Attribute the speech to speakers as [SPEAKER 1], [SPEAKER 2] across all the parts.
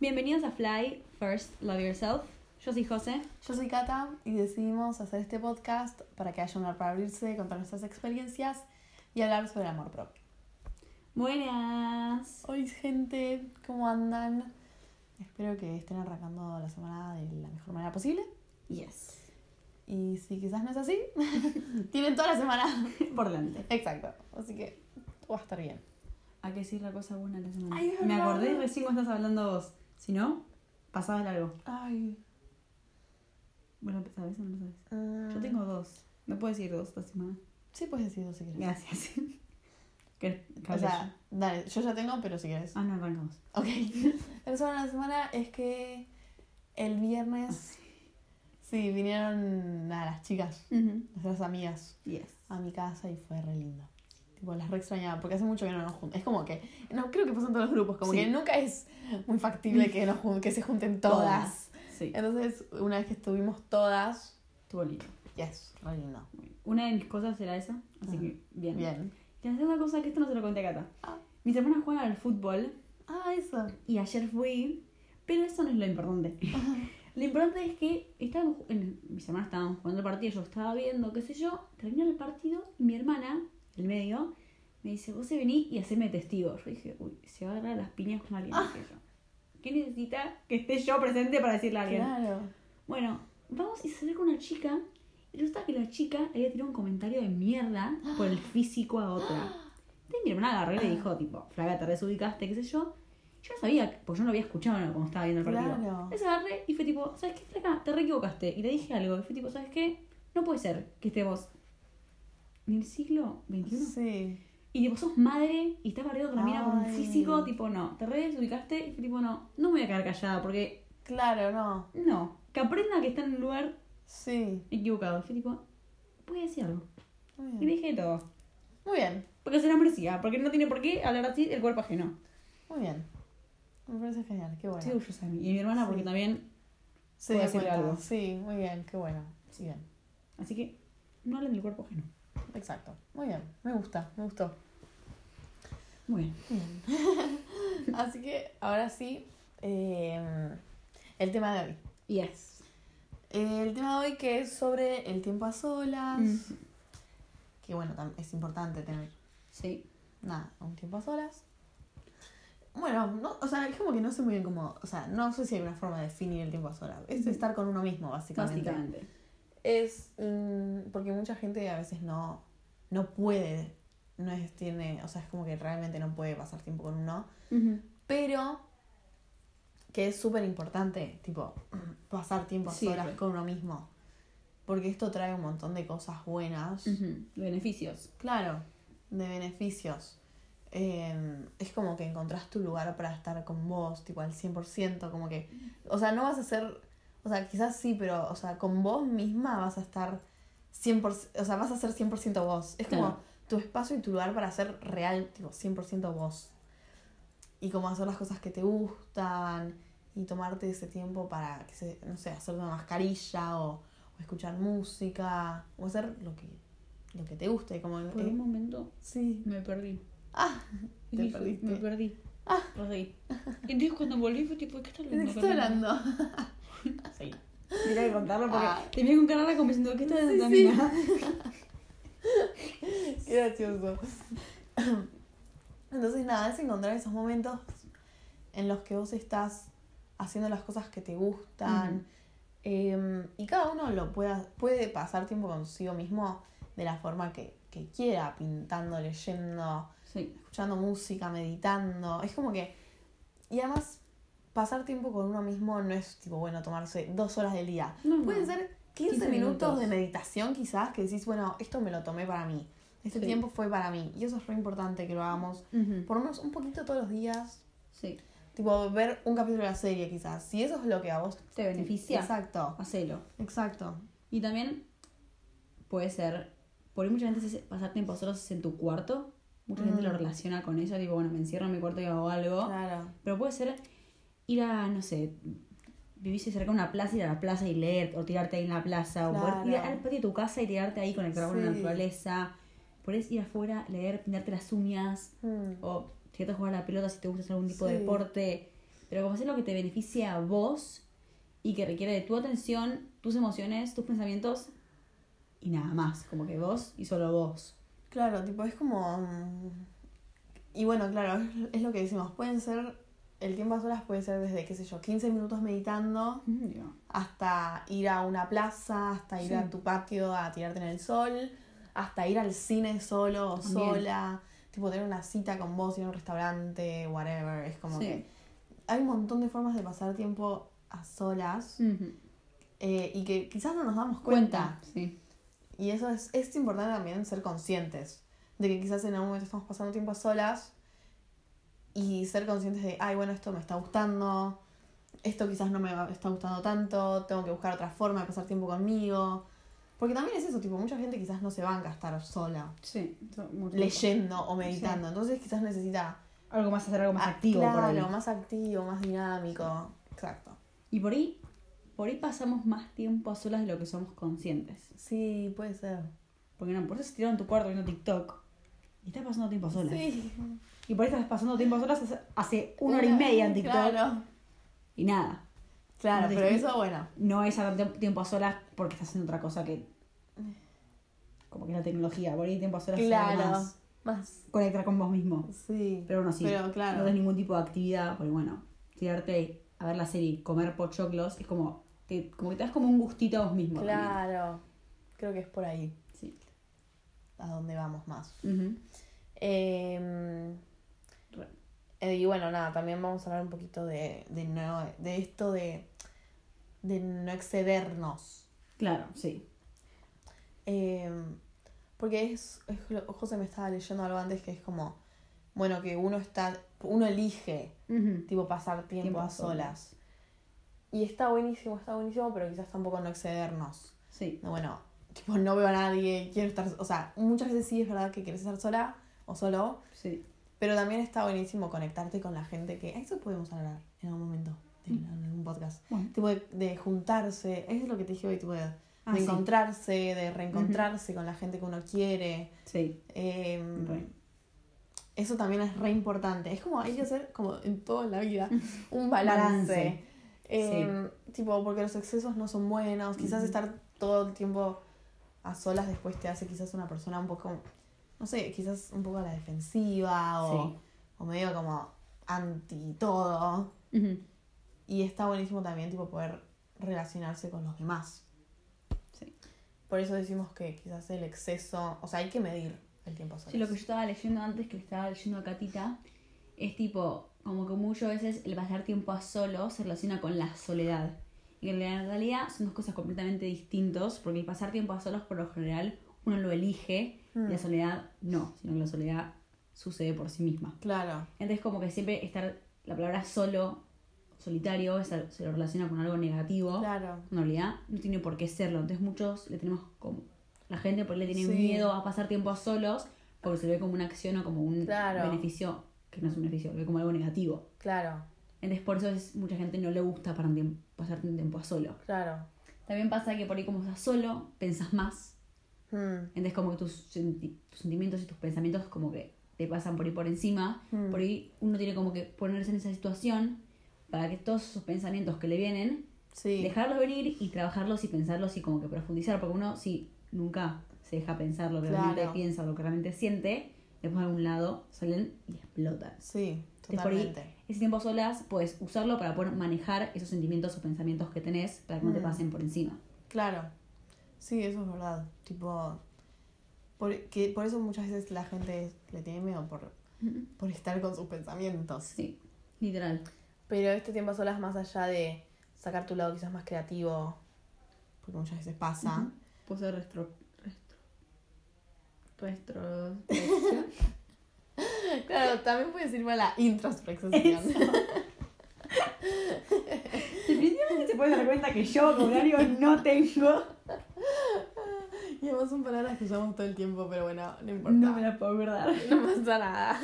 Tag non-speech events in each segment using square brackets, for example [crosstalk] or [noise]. [SPEAKER 1] Bienvenidos a Fly First Love Yourself. Yo soy José.
[SPEAKER 2] Yo soy Cata y decidimos hacer este podcast para que haya un lugar para abrirse, contar nuestras experiencias y hablar sobre el amor propio.
[SPEAKER 1] Buenas.
[SPEAKER 2] Hoy gente, ¿cómo andan? Espero que estén arrancando la semana de la mejor manera posible.
[SPEAKER 1] Yes. [laughs]
[SPEAKER 2] Y si quizás no es así, [laughs] tienen toda la semana.
[SPEAKER 1] Por delante.
[SPEAKER 2] Exacto. Así que va a estar bien.
[SPEAKER 1] ¿A qué sí la cosa buena la semana?
[SPEAKER 2] Ay, es
[SPEAKER 1] Me
[SPEAKER 2] verdad.
[SPEAKER 1] acordé recién cuando estás hablando vos. Si no, pasaba largo.
[SPEAKER 2] Ay.
[SPEAKER 1] Bueno, ¿sabes o no sabes? Yo tengo dos. No puedo decir dos esta semana.
[SPEAKER 2] Mm, Sí, puedes decirlo si quieres.
[SPEAKER 1] Gracias. [laughs] ¿Qué- qué
[SPEAKER 2] O
[SPEAKER 1] hablé
[SPEAKER 2] sea, dale, yo ya tengo, pero si quieres.
[SPEAKER 1] yo? Ah, no, arrancamos.
[SPEAKER 2] Ok. [laughs] La cosa buena de la semana es que el viernes. Sí, vinieron nada, las chicas. nuestras amigas
[SPEAKER 1] Yes.
[SPEAKER 2] a mi casa y fue re lindo. Tipo, las re extrañaba porque hace mucho que no nos juntamos. Es como que, no creo que pasan todos los grupos, como
[SPEAKER 1] Sí.
[SPEAKER 2] que nunca es muy factible que, nos jun- que se junten todas.
[SPEAKER 1] Sí,
[SPEAKER 2] Entonces, una vez que estuvimos todas,
[SPEAKER 1] estuvo lindo.
[SPEAKER 2] yes, re lindo.
[SPEAKER 1] Una de mis cosas era esa, así
[SPEAKER 2] Ah,
[SPEAKER 1] que bien.
[SPEAKER 2] Bien.
[SPEAKER 1] Y la segunda cosa que esto no se lo conté a Cata.
[SPEAKER 2] Ah.
[SPEAKER 1] Mis hermanas juegan al fútbol
[SPEAKER 2] Ah, eso.
[SPEAKER 1] y ayer fui, pero eso no es lo importante. lo importante es que estábamos, ju- en- mis hermanas estaban jugando el partido, yo estaba viendo, qué sé yo, termina el partido y mi hermana, el medio, me dice, vos se vení y haceme testigo. Yo dije, uy, se va a agarrar a las piñas con alguien. dije yo. ¿Qué necesita que esté yo presente para decirle a alguien?
[SPEAKER 2] Claro.
[SPEAKER 1] Bueno, vamos y se acerca una chica. Y resulta que la chica había tirado un comentario de mierda por el físico a otra. Entonces mi hermana agarró y le dijo, tipo, flaca, te desubicaste, qué sé yo. Yo no sabía, porque yo no lo había escuchado ¿no? cuando estaba viendo el partido.
[SPEAKER 2] Claro.
[SPEAKER 1] Entonces agarré y fue tipo, ¿sabes qué, flaca? Te re equivocaste. Y le dije algo. Y fue tipo, ¿sabes qué? No puede ser que estemos en el siglo XXI.
[SPEAKER 2] Sí.
[SPEAKER 1] Y tipo, sos madre y estás barriendo con la mina por un
[SPEAKER 2] Ay.
[SPEAKER 1] físico. Tipo, no, te re desubicaste. Y fue tipo, no, no me voy a quedar callada porque,
[SPEAKER 2] Claro, no.
[SPEAKER 1] no. Que aprenda que está en un lugar
[SPEAKER 2] Sí.
[SPEAKER 1] equivocado. Fue tipo, voy a decir algo.
[SPEAKER 2] Muy
[SPEAKER 1] Y
[SPEAKER 2] bien.
[SPEAKER 1] dije todo.
[SPEAKER 2] Muy bien.
[SPEAKER 1] Porque se lo merecía, porque no tiene por qué hablar así del cuerpo ajeno.
[SPEAKER 2] Muy bien. Me parece genial, qué bueno.
[SPEAKER 1] Estoy orgullosa de mí. Y de mi hermana, porque
[SPEAKER 2] Sí.
[SPEAKER 1] también.
[SPEAKER 2] Se dio
[SPEAKER 1] puedo decirle
[SPEAKER 2] cuenta.
[SPEAKER 1] algo.
[SPEAKER 2] Sí, muy bien, qué bueno. Sí, bien.
[SPEAKER 1] Así que no hablen del cuerpo ajeno.
[SPEAKER 2] Exacto. Muy bien. Me gusta, me gustó.
[SPEAKER 1] Muy bien.
[SPEAKER 2] [laughs] Así que ahora sí, eh, el tema de hoy.
[SPEAKER 1] Yes.
[SPEAKER 2] El tema de hoy que es sobre el tiempo a solas,
[SPEAKER 1] Mm.
[SPEAKER 2] que bueno, tam- es importante tener
[SPEAKER 1] Sí.
[SPEAKER 2] nada, un tiempo a solas. Bueno, no, o sea, es como que no sé muy bien cómo, o sea, no sé si hay una forma de definir el tiempo a solas. Es
[SPEAKER 1] Ujú.
[SPEAKER 2] estar con uno mismo, básicamente.
[SPEAKER 1] Básicamente.
[SPEAKER 2] Es mm, porque mucha gente a veces no, no puede, no es, tiene, o sea, es como que realmente no puede pasar tiempo con uno.
[SPEAKER 1] Ujú.
[SPEAKER 2] pero que es súper importante, tipo, [clears throat] pasar tiempo a
[SPEAKER 1] Sí,
[SPEAKER 2] solas
[SPEAKER 1] re.
[SPEAKER 2] con uno mismo. Porque esto trae un montón de cosas buenas,
[SPEAKER 1] Ujú. Beneficios.
[SPEAKER 2] claro, de beneficios. Eh, es como que encontrás tu lugar para estar con vos, tipo al 100%, como que, o sea, no vas a ser, o sea, quizás sí, pero, o sea, con vos misma vas a estar 100%, o sea, vas a ser 100% vos. Es como
[SPEAKER 1] Claro.
[SPEAKER 2] tu espacio y tu lugar para ser real, tipo, 100% vos. Y como hacer las cosas que te gustan y tomarte ese tiempo para, que se, no sé, hacer una mascarilla o, o escuchar música o hacer lo que, lo que te guste, como...
[SPEAKER 1] Por un momento
[SPEAKER 2] sí.
[SPEAKER 1] me perdí.
[SPEAKER 2] Ah, te
[SPEAKER 1] Dije,
[SPEAKER 2] perdiste.
[SPEAKER 1] Me perdí.
[SPEAKER 2] Ah.
[SPEAKER 1] Perdí. Y entonces cuando volví fue tipo, ¿qué estás
[SPEAKER 2] ¿De
[SPEAKER 1] hablando?
[SPEAKER 2] qué estoy hablando?
[SPEAKER 1] Sí. Tenía que contarlo porque
[SPEAKER 2] Ah.
[SPEAKER 1] te vi con cara de como diciendo, ¿qué estás hablando,
[SPEAKER 2] Sí, sí.
[SPEAKER 1] mina?
[SPEAKER 2] Qué gracioso. Entonces, nada, es encontrar esos momentos en los que vos estás haciendo las cosas que te gustan.
[SPEAKER 1] Ujú.
[SPEAKER 2] Eh, y cada uno lo pueda, puede pasar tiempo consigo mismo de la forma que, que quiera, pintando, leyendo,
[SPEAKER 1] Sí.
[SPEAKER 2] escuchando música, meditando. Es como que. Y además, pasar tiempo con uno mismo no es tipo, bueno, tomarse dos horas del día.
[SPEAKER 1] No, no.
[SPEAKER 2] Pueden ser 15,
[SPEAKER 1] 15
[SPEAKER 2] minutos,
[SPEAKER 1] minutos.
[SPEAKER 2] de meditación quizás que decís, bueno, esto me lo tomé para mí. Este
[SPEAKER 1] Sí.
[SPEAKER 2] tiempo fue para mí. Y eso es re importante que lo hagamos.
[SPEAKER 1] Ujú.
[SPEAKER 2] Por lo menos un poquito todos los días.
[SPEAKER 1] Sí.
[SPEAKER 2] Tipo, ver un capítulo de la serie quizás. Si eso es lo que a vos
[SPEAKER 1] Te beneficia.
[SPEAKER 2] Exacto.
[SPEAKER 1] Hacelo.
[SPEAKER 2] Exacto.
[SPEAKER 1] Y también puede ser, por ahí muchas veces es pasar tiempo solos en tu cuarto, mucha gente
[SPEAKER 2] Mm.
[SPEAKER 1] lo relaciona con eso, tipo, bueno, me encierro en mi cuarto y hago algo.
[SPEAKER 2] Claro.
[SPEAKER 1] Pero puede ser ir a, no sé, vivirse cerca de una plaza, ir a la plaza y leer, o tirarte ahí en la plaza, o
[SPEAKER 2] Claro.
[SPEAKER 1] poder ir al patio de tu casa y tirarte ahí, conectar con la
[SPEAKER 2] Sí.
[SPEAKER 1] naturaleza. Puedes ir afuera, leer, pintarte las uñas,
[SPEAKER 2] Mm.
[SPEAKER 1] o si te gusta jugar a la pelota, si te gusta hacer algún tipo de
[SPEAKER 2] Sí.
[SPEAKER 1] deporte. Pero como hacer lo que te beneficia a vos y que requiere de tu atención, tus emociones, tus pensamientos y nada más. Como que vos y solo vos.
[SPEAKER 2] Claro, tipo, es como. mm, Y bueno, claro, es, es lo que decimos. Pueden ser. El tiempo a solas puede ser desde, qué sé yo, 15 minutos meditando
[SPEAKER 1] Mm, digo,
[SPEAKER 2] hasta ir a una plaza, hasta ir
[SPEAKER 1] Sí.
[SPEAKER 2] a tu patio a tirarte en el sol, hasta ir al cine solo o
[SPEAKER 1] También.
[SPEAKER 2] sola. Tipo, tener una cita con vos, ir a un restaurante, whatever. Es como
[SPEAKER 1] sí.
[SPEAKER 2] que. Hay un montón de formas de pasar tiempo a solas
[SPEAKER 1] Ujú.
[SPEAKER 2] eh, y que quizás no nos damos
[SPEAKER 1] Cuenta.
[SPEAKER 2] cuenta.
[SPEAKER 1] Sí.
[SPEAKER 2] Y eso es, es importante también ser conscientes de que quizás en algún momento estamos pasando tiempo a solas y ser conscientes de, ay, bueno, esto me está gustando, esto quizás no me va- está gustando tanto, tengo que buscar otra forma de pasar tiempo conmigo. Porque también es eso, tipo, mucha gente quizás no se va a estar sola
[SPEAKER 1] Sí. eso, mucho
[SPEAKER 2] leyendo o meditando, entonces quizás necesita
[SPEAKER 1] tiempo. Algo más hacer algo más activo
[SPEAKER 2] claro,
[SPEAKER 1] por ahí.
[SPEAKER 2] más activo, más dinámico. Exacto.
[SPEAKER 1] Y por ahí, por ahí pasamos más tiempo a solas de lo que somos conscientes.
[SPEAKER 2] Sí, puede ser.
[SPEAKER 1] Porque no, por eso se tiraron tu cuarto viendo TikTok. Y estás pasando tiempo a solas.
[SPEAKER 2] Sí.
[SPEAKER 1] Y por ahí estás pasando tiempo a solas hace- hace una hora y media en [laughs] TikTok.
[SPEAKER 2] Claro,
[SPEAKER 1] Y nada.
[SPEAKER 2] claro
[SPEAKER 1] No te-
[SPEAKER 2] pero eso, bueno.
[SPEAKER 1] No es a tanto tiempo a solas porque estás haciendo otra cosa que. Como que la tecnología. Por ahí tiempo a solas es algo
[SPEAKER 2] Claro.
[SPEAKER 1] más
[SPEAKER 2] Más.
[SPEAKER 1] conectar con vos mismo.
[SPEAKER 2] Sí.
[SPEAKER 1] Pero bueno, sí.
[SPEAKER 2] Pero
[SPEAKER 1] No
[SPEAKER 2] claro.
[SPEAKER 1] tenés ningún tipo de actividad, porque bueno, tirarte a ver la serie y comer pochoclos es como. Te, como que te das como un gustito a vos mismo. también.
[SPEAKER 2] claro. Creo que es por ahí
[SPEAKER 1] Sí.
[SPEAKER 2] a donde vamos más.
[SPEAKER 1] Ujú.
[SPEAKER 2] Eh,
[SPEAKER 1] Re.
[SPEAKER 2] eh, y bueno, nada, también vamos a hablar un poquito de, de, no, de esto de, de no excedernos.
[SPEAKER 1] Claro, sí.
[SPEAKER 2] Eh, porque es, es lo- José me estaba leyendo algo antes que es como, bueno, que uno está, uno elige
[SPEAKER 1] Ujú.
[SPEAKER 2] tipo pasar tiempo,
[SPEAKER 1] Tiempo
[SPEAKER 2] a solas. Y está buenísimo, está buenísimo, pero quizás tampoco no excedernos.
[SPEAKER 1] Sí.
[SPEAKER 2] no, bueno, tipo, no veo a nadie, quiero estar, o sea, muchas veces sí es verdad que quieres estar sola o solo,
[SPEAKER 1] Sí.
[SPEAKER 2] pero también está buenísimo conectarte con la gente que, eso podemos hablar en algún momento, en
[SPEAKER 1] Mm.
[SPEAKER 2] en algún podcast,
[SPEAKER 1] Bueno.
[SPEAKER 2] tipo de, de juntarse, es lo que te dije hoy, tipo de, de
[SPEAKER 1] Ah, sí.
[SPEAKER 2] encontrarse, de reencontrarse con la gente que uno quiere,
[SPEAKER 1] Sí.
[SPEAKER 2] em,
[SPEAKER 1] Re.
[SPEAKER 2] eso también es re importante, es como, hay que hacer, como en toda la
[SPEAKER 1] [laughs]
[SPEAKER 2] vida, un balance.
[SPEAKER 1] Balance.
[SPEAKER 2] Em, Tipo, porque los excesos no son buenos. Quizás
[SPEAKER 1] Ujú.
[SPEAKER 2] estar todo el tiempo a solas después te hace quizás una persona un poco, no sé, quizás un poco a la defensiva o,
[SPEAKER 1] Sí.
[SPEAKER 2] o medio como anti todo.
[SPEAKER 1] Ujú.
[SPEAKER 2] Y está buenísimo también, tipo, poder relacionarse con los demás.
[SPEAKER 1] Sí.
[SPEAKER 2] Por eso decimos que quizás el exceso, o sea, hay que medir el tiempo a solas.
[SPEAKER 1] Sí, lo que yo estaba leyendo antes, que le estaba leyendo a Catita, es tipo, como que muchas veces el pasar tiempo a solo se relaciona con la soledad. Y en la realidad son dos cosas completamente distintas, porque el pasar tiempo a solos por lo general uno lo elige y la soledad no, sino que la soledad sucede por sí misma.
[SPEAKER 2] Claro,
[SPEAKER 1] Entonces como que siempre estar, la palabra solo, solitario, es al- se lo relaciona con algo negativo.
[SPEAKER 2] claro.
[SPEAKER 1] En realidad no tiene por qué serlo. Entonces muchos le tenemos como... La gente por ahí le tiene
[SPEAKER 2] Sí.
[SPEAKER 1] miedo a pasar tiempo a solos porque se lo ve como una acción o como un
[SPEAKER 2] Claro.
[SPEAKER 1] beneficio, que no es un beneficio, lo ve como algo negativo.
[SPEAKER 2] Claro,
[SPEAKER 1] Entonces por eso es, mucha gente no le gusta para un tiemp- pasar un tiempo a solo.
[SPEAKER 2] claro.
[SPEAKER 1] También pasa que por ahí como estás solo, pensás más.
[SPEAKER 2] Mm,
[SPEAKER 1] Entonces como que tus, senti- tus sentimientos y tus pensamientos como que te pasan por ahí por encima.
[SPEAKER 2] Mm.
[SPEAKER 1] Por ahí uno tiene como que ponerse en esa situación para que todos esos pensamientos que le vienen
[SPEAKER 2] Sí.
[SPEAKER 1] dejarlos venir y trabajarlos y pensarlos y como que profundizar, porque uno si nunca se deja pensar lo que realmente
[SPEAKER 2] Claro.
[SPEAKER 1] piensa o lo que realmente siente, después de algún lado salen y explotan.
[SPEAKER 2] Sí,
[SPEAKER 1] Entonces, por ahí,
[SPEAKER 2] totalmente.
[SPEAKER 1] ese tiempo a solas puedes usarlo para poder manejar esos sentimientos o pensamientos que tenés para que no te
[SPEAKER 2] Mm.
[SPEAKER 1] pasen por encima.
[SPEAKER 2] Claro, sí, eso es verdad. Tipo, por, que, por eso muchas veces la gente le tiene miedo por, por estar con sus pensamientos.
[SPEAKER 1] Sí, literal.
[SPEAKER 2] Pero este tiempo a solas, más allá de sacar tu lado quizás más creativo, porque muchas veces pasa,
[SPEAKER 1] Puedo ser restro... restro... restro...
[SPEAKER 2] [laughs] claro, también puede servir para
[SPEAKER 1] [laughs]
[SPEAKER 2] la [laughs] introspección.
[SPEAKER 1] Definitivamente se puede dar cuenta que yo horario no tengo.
[SPEAKER 2] y además son palabras que usamos todo el tiempo, pero bueno, no importa.
[SPEAKER 1] No me la puedo guardar.
[SPEAKER 2] [laughs] No pasa nada.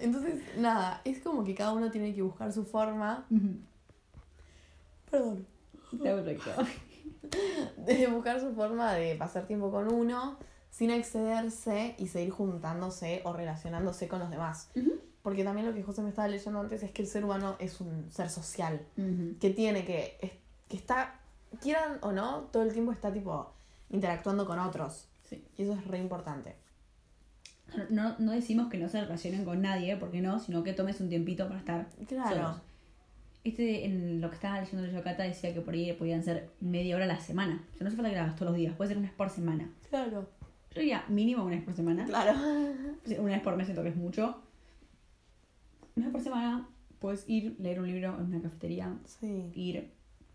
[SPEAKER 2] Entonces, nada, es como que cada uno tiene que buscar su forma. Perdón. [laughs]
[SPEAKER 1] Está correcto.
[SPEAKER 2] de buscar su forma de pasar tiempo con uno sin excederse y seguir juntándose o relacionándose con los demás.
[SPEAKER 1] Ujú.
[SPEAKER 2] Porque también lo que José me estaba leyendo antes es que el ser humano es un ser social,
[SPEAKER 1] Ujú.
[SPEAKER 2] que tiene que, es- que está, quieran o no, todo el tiempo está tipo interactuando con otros.
[SPEAKER 1] Sí.
[SPEAKER 2] Y eso es re importante.
[SPEAKER 1] No, no decimos que no se relacionen con nadie, porque no, sino que tomes un tiempito para estar
[SPEAKER 2] Claro.
[SPEAKER 1] solos. Este, en lo que estaba leyendo el Yokata, decía que por ahí podían ser media hora a la semana. O sea, no hace falta que la hagas todos los días, puede ser una vez por semana.
[SPEAKER 2] Claro.
[SPEAKER 1] Yo diría mínimo una vez por semana.
[SPEAKER 2] Claro. [laughs]
[SPEAKER 1] Sí, Una vez por mes siento que es mucho. Una vez por semana puedes ir, leer un libro en una cafetería,
[SPEAKER 2] Sí.
[SPEAKER 1] ir,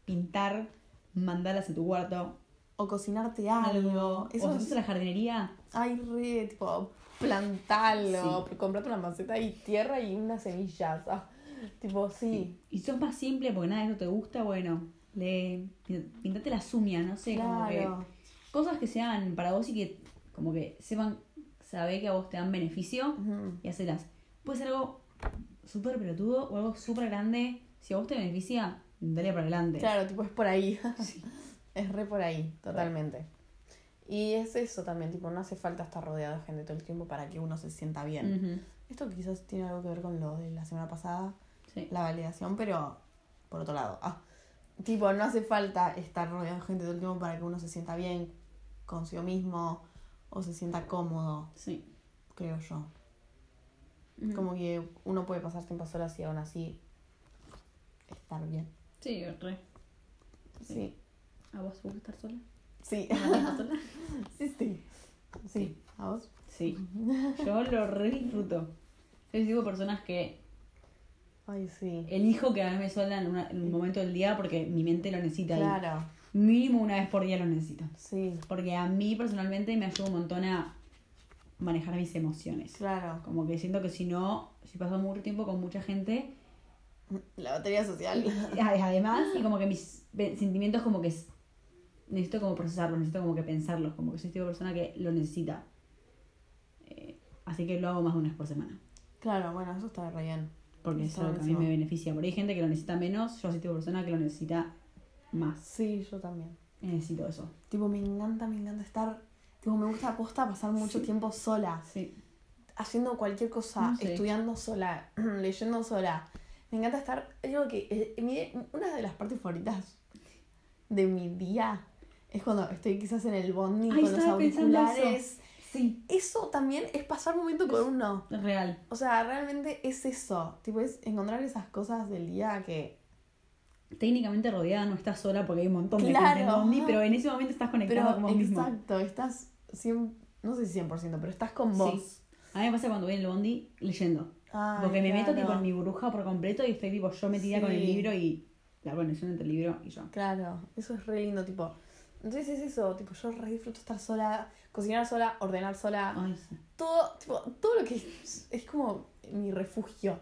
[SPEAKER 1] pintar, mandarlas a tu cuarto,
[SPEAKER 2] O cocinarte
[SPEAKER 1] algo.
[SPEAKER 2] algo.
[SPEAKER 1] o
[SPEAKER 2] Eso
[SPEAKER 1] si
[SPEAKER 2] es...
[SPEAKER 1] vas a la jardinería,
[SPEAKER 2] Ay, re, tipo, plantalo. Comprate una maceta y tierra y unas semillas. Ah, tipo, sí.
[SPEAKER 1] y sos más simple porque nada de eso te gusta, bueno, le pintate las uñas, no sé, como que
[SPEAKER 2] claro.
[SPEAKER 1] cosas que sean para vos y que como que sepan, sabe que a vos te dan beneficio
[SPEAKER 2] Ujú.
[SPEAKER 1] y hacelas. Puede ser algo súper pelotudo o algo súper grande. Si a vos te beneficia, dale para adelante.
[SPEAKER 2] Claro, tipo, es por ahí. [laughs]
[SPEAKER 1] Sí.
[SPEAKER 2] es re por ahí, totalmente. Y es eso también, tipo, no hace falta estar rodeado de gente todo el tiempo para que uno se sienta bien.
[SPEAKER 1] Ujú,
[SPEAKER 2] Esto quizás tiene algo que ver con lo de la semana pasada,
[SPEAKER 1] sí.
[SPEAKER 2] la validación, pero por otro lado. Ah, tipo, no hace falta estar rodeado de gente todo el tiempo para que uno se sienta bien consigo mismo o se sienta cómodo,
[SPEAKER 1] Sí.
[SPEAKER 2] creo yo.
[SPEAKER 1] Ujú.
[SPEAKER 2] Como que uno puede pasar tiempo solas y aún así estar bien.
[SPEAKER 1] Sí, re.
[SPEAKER 2] Sí.
[SPEAKER 1] ¿A vos te gusta estar sola?
[SPEAKER 2] Sí.
[SPEAKER 1] ¿Estar sola?
[SPEAKER 2] [laughs] Sí, sí. Sí. ¿A vos?
[SPEAKER 1] Sí. Yo lo re disfruto. Yo sigo personas que
[SPEAKER 2] Ay, sí.
[SPEAKER 1] elijo quedarme sola en, una- en un momento del día porque mi mente lo necesita. y
[SPEAKER 2] Claro.
[SPEAKER 1] Mínimo una vez por día lo necesito.
[SPEAKER 2] Sí.
[SPEAKER 1] Porque a mí personalmente me ayuda un montón a manejar mis emociones.
[SPEAKER 2] Claro.
[SPEAKER 1] Como que siento que si no, si paso mucho tiempo con mucha gente, [laughs]
[SPEAKER 2] La batería [laughs] social.
[SPEAKER 1] y además, y como que mis pe- sentimientos como que es- necesito como procesarlos, necesito como que pensarlos, como que soy tipo de persona que lo necesita. Eh, así que lo hago más de una vez por semana.
[SPEAKER 2] Claro, bueno, eso está re bien.
[SPEAKER 1] Porque
[SPEAKER 2] Está
[SPEAKER 1] eso a mí
[SPEAKER 2] buenísimo.
[SPEAKER 1] me beneficia. Por ahí hay gente que lo necesita menos, yo soy tipo de persona que lo necesita más.
[SPEAKER 2] Sí, yo también.
[SPEAKER 1] Necesito eso.
[SPEAKER 2] Tipo, me encanta, me encanta estar. Tipo, me gusta aposta pasar mucho
[SPEAKER 1] Sí.
[SPEAKER 2] tiempo sola.
[SPEAKER 1] Sí.
[SPEAKER 2] Haciendo cualquier cosa,
[SPEAKER 1] No sé.
[SPEAKER 2] estudiando sola, [clears throat] leyendo sola. Me encanta estar. Digo que eh, mi- una de las partes favoritas de mi día es cuando estoy quizás en el bondi
[SPEAKER 1] Ay,
[SPEAKER 2] con los
[SPEAKER 1] estaba pensando eso.
[SPEAKER 2] auriculares.
[SPEAKER 1] Sí.
[SPEAKER 2] Eso también es pasar momento con uno.
[SPEAKER 1] Real.
[SPEAKER 2] O sea, realmente es eso. Tipo, es encontrar esas cosas del día que.
[SPEAKER 1] Técnicamente rodeada no estás sola porque hay un montón de
[SPEAKER 2] Claro.
[SPEAKER 1] gente en Bondi, pero en ese momento estás conectado
[SPEAKER 2] Pero
[SPEAKER 1] con vos mismo.
[SPEAKER 2] exacto, estás. 100, no sé si 100%, pero estás con vos.
[SPEAKER 1] A mí me pasa cuando voy en el Bondi leyendo.
[SPEAKER 2] Ay,
[SPEAKER 1] Porque me meto
[SPEAKER 2] claro.
[SPEAKER 1] tipo en mi burbuja por completo y estoy tipo yo metida con el
[SPEAKER 2] Sí.
[SPEAKER 1] libro y la conexión entre el libro y yo.
[SPEAKER 2] Claro, eso es re lindo, tipo. Entonces es eso, tipo, yo re disfruto estar sola, cocinar sola, ordenar sola.
[SPEAKER 1] Ay, sí.
[SPEAKER 2] Todo, tipo, todo lo que es, es como mi refugio.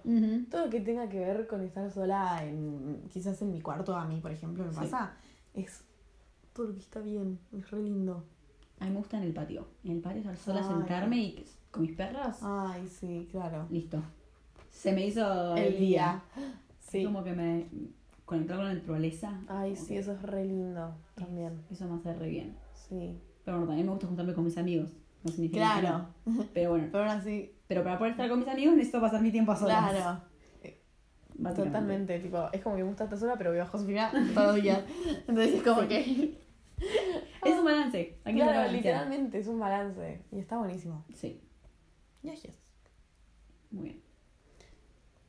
[SPEAKER 2] Todo lo que tenga que ver con estar sola, en, quizás en mi cuarto, a mí, por ejemplo, me
[SPEAKER 1] Sí.
[SPEAKER 2] pasa, es todo lo que está bien, es re lindo.
[SPEAKER 1] A mí me gusta en el patio. En el patio estar sola,
[SPEAKER 2] Ay. Ah.
[SPEAKER 1] sentarme y que- con mis perras.
[SPEAKER 2] Ay, sí, claro.
[SPEAKER 1] Listo. Se me hizo el, día. Es
[SPEAKER 2] Sí.
[SPEAKER 1] como que me conectar con la naturaleza.
[SPEAKER 2] Ay,
[SPEAKER 1] Como
[SPEAKER 2] sí,
[SPEAKER 1] que
[SPEAKER 2] eso es re lindo también.
[SPEAKER 1] Eso me hace re bien.
[SPEAKER 2] Sí.
[SPEAKER 1] Pero bueno, también me gusta juntarme con mis amigos. No significa que
[SPEAKER 2] Claro.
[SPEAKER 1] no. Pero bueno,
[SPEAKER 2] Pero aún así,
[SPEAKER 1] pero para poder estar con mis amigos necesito pasar mi tiempo a solas.
[SPEAKER 2] claro.
[SPEAKER 1] Básicamente.
[SPEAKER 2] Totalmente, tipo, es como que me gusta esta sola, pero veo a Josefina todo el
[SPEAKER 1] [laughs]
[SPEAKER 2] día. Entonces es como que.
[SPEAKER 1] Es un balance. Aquí se
[SPEAKER 2] Claro,
[SPEAKER 1] balancea.
[SPEAKER 2] literalmente es un balance. Y está buenísimo.
[SPEAKER 1] Sí,
[SPEAKER 2] Yes, yes.
[SPEAKER 1] muy bien.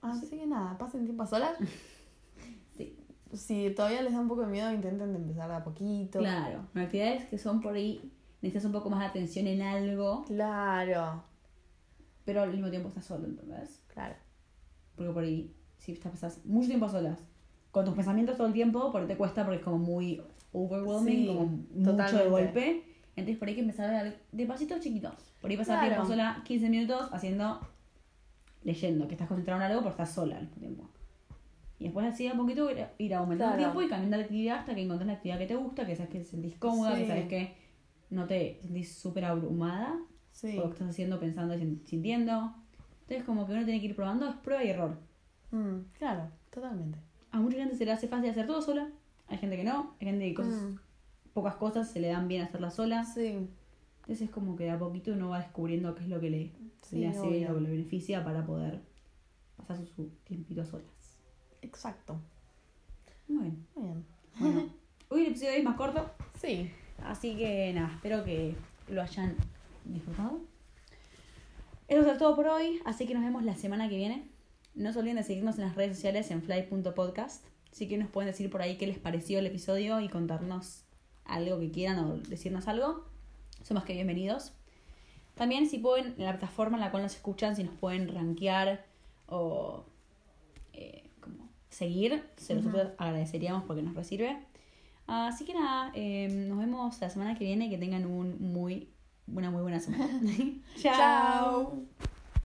[SPEAKER 2] Así que nada, pasen tiempo a solas.
[SPEAKER 1] [laughs] Sí.
[SPEAKER 2] Si todavía les da un poco de miedo, intenten de empezar de a poquito.
[SPEAKER 1] Claro, bueno, actividades que son por ahí, necesitas un poco más de atención en algo,
[SPEAKER 2] Claro,
[SPEAKER 1] pero al mismo tiempo estás solo, ¿entendés?
[SPEAKER 2] claro.
[SPEAKER 1] Porque por ahí, si estás pasas mucho tiempo solas, con tus pensamientos todo el tiempo, por ahí te cuesta porque es como muy overwhelming,
[SPEAKER 2] Sí,
[SPEAKER 1] como mucho
[SPEAKER 2] totalmente.
[SPEAKER 1] de golpe. Entonces por ahí que empezar a dar de pasitos chiquitos. Por ahí pasar
[SPEAKER 2] Claro.
[SPEAKER 1] tiempo sola 15 minutos haciendo, leyendo, que estás concentrado en algo, pero estás sola al mismo tiempo. Y después así de a poquito ir, ir aumentando
[SPEAKER 2] Claro.
[SPEAKER 1] el tiempo y cambiando la actividad hasta que encontrás la actividad que te gusta, que sabes que te sentís cómoda, que
[SPEAKER 2] Sí.
[SPEAKER 1] sabes que no te sentís súper abrumada
[SPEAKER 2] Sí.
[SPEAKER 1] por lo que estás haciendo, pensando y sin- sintiendo. Entonces como que uno tiene que ir probando, es prueba y error.
[SPEAKER 2] Mm, claro, totalmente.
[SPEAKER 1] A mucha gente se le hace fácil hacer todo sola, hay gente que no, hay gente que cosas-
[SPEAKER 2] Mm,
[SPEAKER 1] pocas cosas se le dan bien hacerlas solas.
[SPEAKER 2] sí.
[SPEAKER 1] Entonces es como que de a poquito uno va descubriendo qué es lo que le,
[SPEAKER 2] Sí,
[SPEAKER 1] le hace bien,
[SPEAKER 2] obvio.
[SPEAKER 1] lo que le beneficia para poder pasar su, su tiempito a solas.
[SPEAKER 2] Exacto.
[SPEAKER 1] Bueno,
[SPEAKER 2] Muy bien. [laughs]
[SPEAKER 1] bueno. Hoy el episodio es más corto,
[SPEAKER 2] Sí.
[SPEAKER 1] así que nada, espero que lo hayan disfrutado. Eso es todo por hoy, así que nos vemos la semana que viene. No se olviden de seguirnos en las redes sociales en fly.podcast. Así que nos pueden decir por ahí qué les pareció el episodio y contarnos algo que quieran o decirnos algo. Son más que bienvenidos. También si pueden, en la plataforma en la cual nos escuchan, si nos pueden rankear o eh, como seguir, se los
[SPEAKER 2] Ujú.
[SPEAKER 1] super agradeceríamos porque nos resirve. Así que nada, eh, nos vemos [laughs] la semana que viene y que tengan un muy, una muy buena semana. Chao.
[SPEAKER 2] Chao.